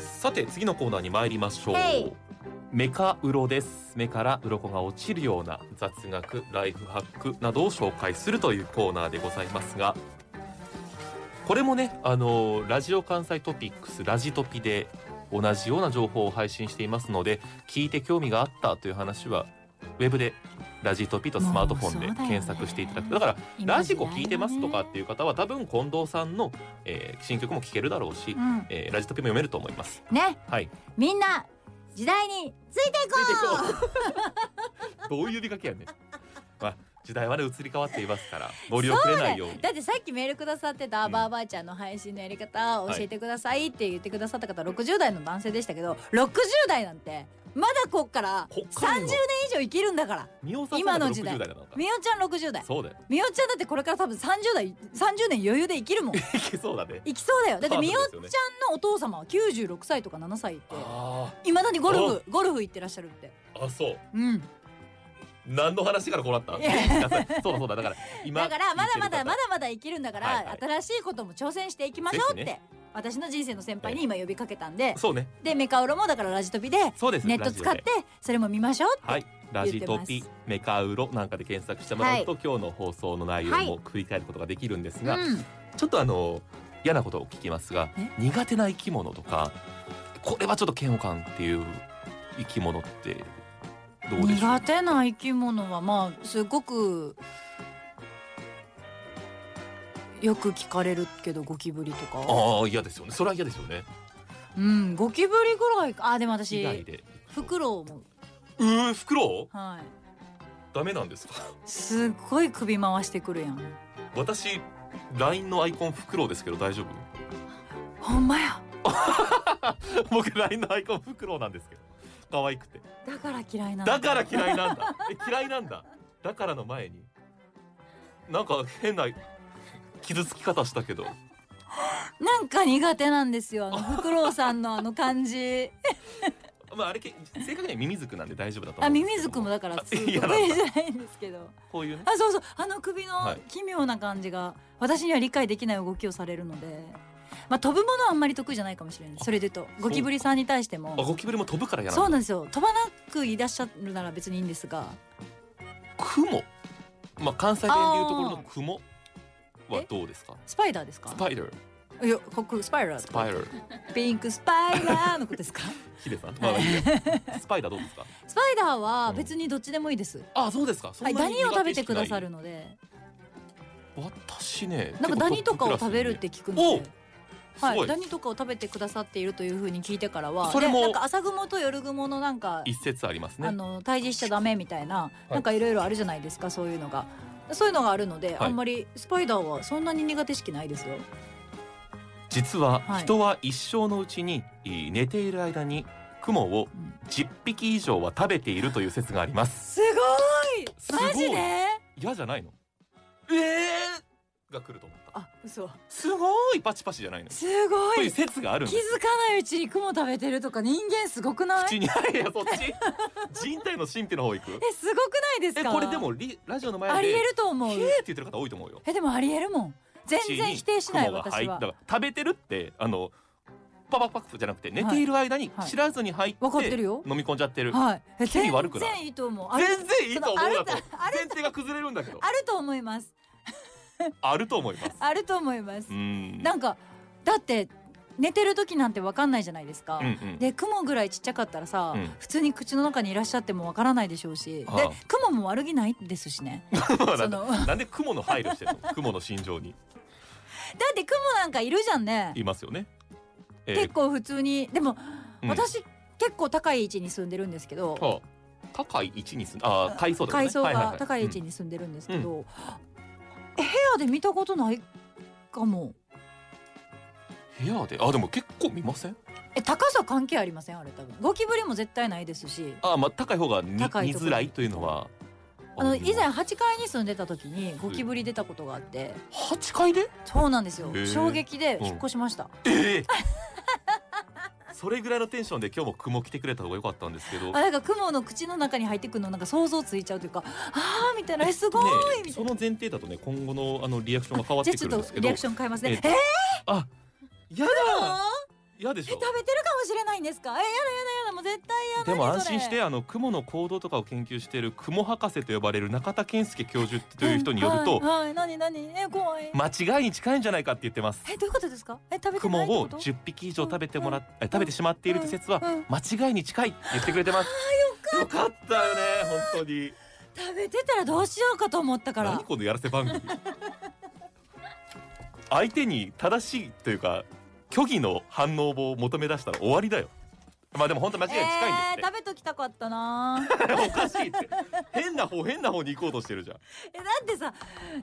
さて次のコーナーに参りましょうへいメカウロです目から鱗が落ちるような雑学ライフハックなどを紹介するというコーナーでございますがこれもねあのラジオ関西トピックスラジトピで同じような情報を配信していますので聞いて興味があったという話はウェブでラジトピとスマートフォンでもうそうだよね検索していただくだから今ラジコ聞いてますとかっていいう方は多分近藤さんの、えー新曲も聴けるだろうし、うん、えーラジトピも読めると思います。ねはい。みんな時代についていこついていうこ う。どういう呼びかけやねん。まあ時代はね移り変わっていますから盛り遅れないように。だってさっきメールくださってた、んばあばあちゃんの配信のやり方は教いえてくださいって言ってくださった方60代の男性でしたけど60代なんてまだこっからこ30っからよ年以上生きるんだからみおさん今の六十時代代なのか。みおちゃん60代そうだよ。みおちゃんだってこれから多分30代30年余裕で生きるもんいけそうだね。生きそうだよだってみおちゃそんうでのすお父様は96歳とか7歳ってあいまだにゴルフゴルフ行ってらっしゃるってああそう。うん何の話からこうなった。いやそうだそうだだから今だからまだまだまだだ。まだ生きるんだから、はいはい新しいことも挑戦していきましょうっぜて、ひね私の人生の先輩に今呼びかけたん で、そうねでメカウロもだからラジトピでそうです。ネットラジオ使っでて。それも見ましょうって、はい。ラジト言っピてメカウロなんかで検索してもらうと、今日の放送の内容はいも繰り返ることができるんですうが、ん、ちょっとあの嫌なことを聞きますがえ苦手な生き物とかこれはちょっと嫌悪感っていう生き物ってどうでしょう苦手な生き物はまあすごくよく聞かれるけどゴキブリとかああ嫌ですよねそれは嫌ですよねうんゴキブリぐらいかあでも以外私でフクロウもうーフクロウはいダメなんですかすっごい首回してくるやん私 LINE のアイコンフクロウですけど大丈夫 ほんまや僕 LINE のアイコンフクロウなんですけど可愛くてだから嫌いなんだから嫌いなんだえ嫌いなんだだからの前になんか変な傷つき方したけどなんか苦手なんですよあのフクロウさんのあの 感じまああれけ正確にはミミズクなんで大丈夫だと思あうんでミすけどミズクもだからあ得意い じやゃなんなだいんですけどこういうねあそうそうあの首のはい奇妙な感じが、私には理解できない動きをされるのでまあ飛ぶものはあんまり得意じゃないかもしれないそれで言うとゴキブリさんに対してもあゴキブリも飛ぶからやそうななんですよ飛ばなくいらっしゃるなら別にいいんですが雲まあ関西弁でいうところの雲はどうですかスパイダーですかスパイダーいやここスパイラースパイダーピンクスパイラーのことですかヒデさんまあいいや スパイダーどうですかスパイダーは別にどっちでもいいです、あそうですかそんは、ないにダニを食べて苦手意識くなだいさるので私ねなんかダニとかを食べるっ結て聞くの構トッで、プクラスはにい、ねダニとかを食べてくださっているというふうに聞いてからはそれもでなんか朝雲と夜雲のなんかすごい一説ありますあねの退治しちゃダメみたいな、いなんかいろいろあるじゃないですかそういうのがそういうのがあるので、はいあんまりスパイダーはそんなに苦手意識ないですよ実ははい人は一生のうちにいい寝ている間に雲をうん10匹以上は食べているという説がありますすすごごいいマジで嫌じゃないのえーが来ると思ったあ嘘すごいパチパチじゃないのすごというい説があるん気でづすかないうちに雲食べてるとか人間すごくない口にいやそっち人体の神秘の方行くえすごくないですえかこれでもリラジオの前でありえるるとへ思うーって言ってる方多いと思うよえでもありえるもん全然否定しな口いに雲が入っ私はだから食べてるってあのパパパクじゃなくて寝ている間にはい知らずに入って,、わかってるよ飲み込んじゃってるはいえ気味悪くない全然いいと思うある全然いいと思うだとそのある 前提が崩れるんだけどあると思いますあると思いますあると思いますうーんなんかだって寝てる時なんて分かんないじゃないですか、うんうんで雲ぐらいちっちゃかったらさ、うん普通に口の中にいらっしゃっても分からないでしょうし、はあで雲も悪気ないです しねなそんでのなんで雲の配慮してるの雲の心情にだって雲なんかいるじゃんねいますよね、えー結構普通にでも、うん私結構高い位置に住んでるんですけど、はあ、高い位置に住んああ階層だね階層ははがは高い位置に住んでるんですけど、部屋で見たことないかもうん部屋であでも結構見ませんえ高さ関係ありませんあれ多分ゴキブリも絶対ないですしあまあ高い方が見見高いとこづらいというのはあのるよ以前8階に住んでた時にゴキブリ出たことがあって8階でそうなんですよへー衝撃で引っ越しました、ええそれぐらいのテンションで今日も雲来てくれた方が良かったんですけどあなんか雲の口の中に入ってくるのなんか想像ついちゃうというかあーみたいなえすごい、ねみたそいなの前提だとね今後のあのリアクションが変わっじてゃあくちるんょでっすとけリどアクション変えますねええあやーだ、嫌でえし食べょてるかもしれないんですかえやだやだやだもう絶対やだでも安心してあの雲の行動とかを研究している雲博士と呼ばれる中田健介教授という人によると、はい、はい、何何え怖い、間違いに近いんじゃないかって言ってますえどういうことですかえ食べてない雲ってこをと10匹以上食べてもらっ、え食べてしまっているという説はうん間違いに近いって言ってくれてますよかったよね本当に食べてたらどうしようかと思ったから何このやらせ番組相手に正しいというか虚偽の反応を求め出したら終わりだよまあでも本当間違いに近いんえでー食べときたかったなすって、おかしいって変な方変な方に行こうとしてるじゃんえだってさ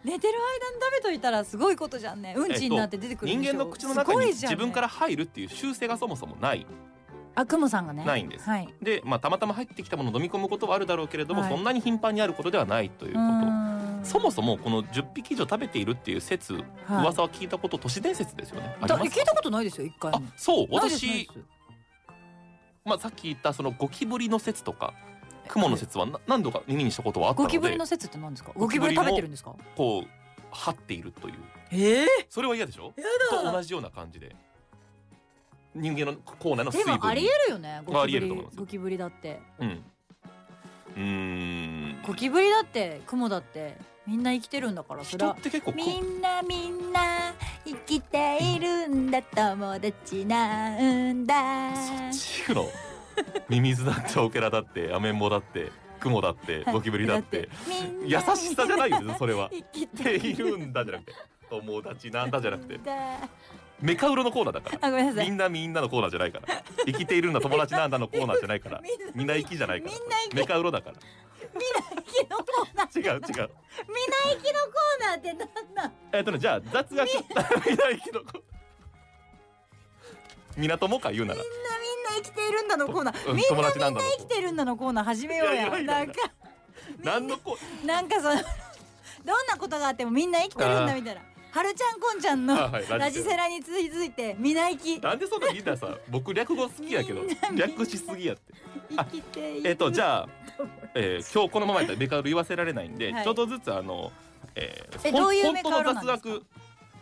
寝てる間に食べといたらすごいことじゃんねうんちになって出てくる人んでしょ間の口の中に自分からら入るっていう習性がそもそもないあくもさんがねないんですはいで、まあ、たまたま入ってきたものを飲み込むことはあるだろうけれども、はいそんなに頻繁にあることではないといううこーんとそもそもこの10匹以上食べているっていう説、はい噂は聞いたこと都市伝説ですよねありだま聞いすかたことないですよ一回あもそうないですない私ですまあ、さっき言ったそのゴキブリの説とか雲の説はな何度か耳にしたことはあったゴのキブリでの説って何ですかゴゴキキブブリリも食べてるんですかこう張っているというええそれは嫌でしょだと同じような感じで人間の口内の水で分にもありえるよねあゴりキえブると思いリますゴキブリだってうんうーんゴキブリだってクモだってみんな生きてるんだからそれ人はって結構こみんなみんな生きているんだ友達なんだそっち行くのミミズだってオケラだってアメンボだってクモだってゴキブリだってみん優なしさじゃないよねそれは生きってていいるるんんだじゃなくて友達なんだじゃなくてだメカウロのコーナーだからあごめんなさみいんなみんなのコーナーじゃないから生きているんだ友達なんだのコーナーじゃないからみんな生きじゃないからみんな生きメカウロだから生きのコー ナー違う違うみんな生きのコーナーってなんなんえっとねじゃあ雑学みんな生きの子港もか言うならみんなみんな生きているんだのコーナうー。んみんなみん友達なんだのコーナなー生きているんだのコーナー始めよういやいや。やいやないやんか何のこなんかそのどんなことがあってもみんな生きてるんだみたいな。はるちゃんこんちゃんのあはいラジセララジセラに続いてみな生きなんでそんなみんなさ僕略語好きやけどみんなみんな略しすぎやって生きている。えっとじ ゃあ、えー今日このままやったらメカウロ言わせられないんで、はいちょっとずつあの、えーえほんどういうメ本カ当ウロのなん雑ですか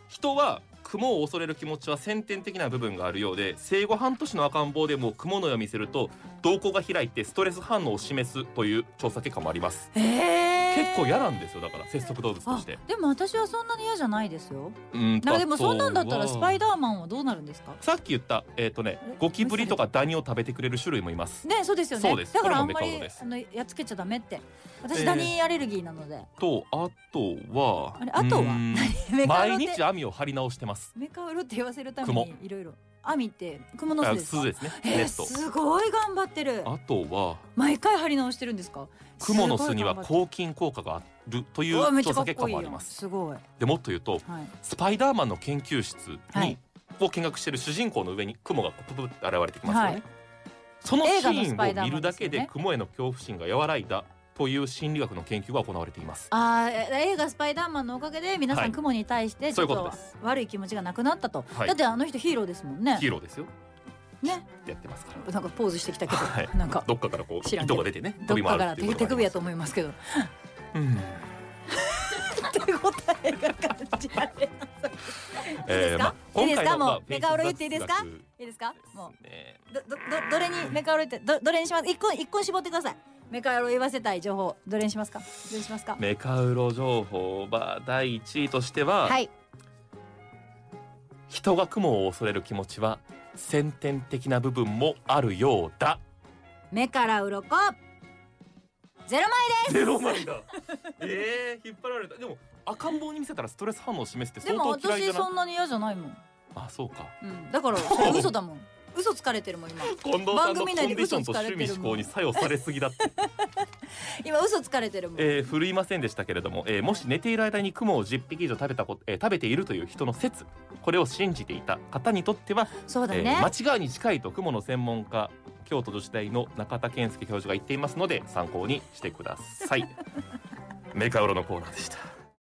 学人は雲を恐れる気持ちは先天的な部分があるようで生後半年の赤ん坊でも雲のように見せると瞳孔が開いてストレス反応を示すという調査結果もありますえー結構嫌なんですよだから節足動物とあして。でも私はそんなに嫌じゃないですよ。うんなんとかでもそんなんだったあらとはスパイダーマンはどうなるんですか。さっき言ったえっ、とねあれゴキブリとかダニを食べてくれる種類もいます。ねそうですよね。そうですだからあこんれもまメカウりロですあのやっつけちゃダメって。えー私ダニアレルギーなので。とあとはあれあとはうーんメカウロ 毎って日網を張り直してます。メカウロって言わせるためにいろいろ。網って蜘蛛の巣あですか鈴。ですね。えネー、ット。すごい頑張ってるあとは毎回張り直してるんですかクモの巣にはすごい抗菌効果があるとい頑張ってるうわめうっちゃ調か査っこ結果いいもあります。すごい、でもっと言うとはい、スパイダーマンの研究室に、はいを見学している主人公の上にクモがプププって現れてきますよね。はいそのシ映画のスパイーンダをー見マるンでだすよねけでクモへの恐怖心が和らいだという心理学の研究が行われています。あーえ映画「スパイダーマン」のおかげで皆さはいん雲に対してちそうょいっうこととです悪い気持ちがなくなったと、はいだってあの人ヒーローですもんねヒーローですよ。ねやってますから。なんかポーズしてきたけど、はいなんかどっかからこう知らん糸けどが出てねど飛っび回かるからっていうこ手と手が首やと思いますけどあります。うん手応えが感じられないえーまあいいで今すか回のもうまあメカウロ言っていいですかフェイスいいですか雑学もうですねどどどどれにメカウロってどどれにします一個一個に絞ってくださいメカウロ言わせたい情報どれにしますかどれにしますかメカウロ情報は第一位としては、はい人が雲を恐れる気持ちは先天的な部分もあるようだ。目から鱗ゼロ枚ゼロ枚だ。 ええ引っ張られた。でも赤ん坊に見せたらストレス反応を示すってで相も当嫌い私だなそ。んなに嫌じゃないもん、あそうか。うん、だから嘘だもん嘘つかれてるも ん今近藤さんの番コン組デ内でィションと嘘つかれ趣てるも味思ん考に作用されすぎだって、今嘘つかれてるもん、えー、振るいませんでしたけれども、えー、もし寝ている間に雲を10匹以上食べたこと、えー、食べているという人の説これを信じていた方にとってはそうだえね、ー間違いに近いと雲の専門家京都女子大の中 田健介教授が言っていますので参考にしてくださいメカウロのコーナーでした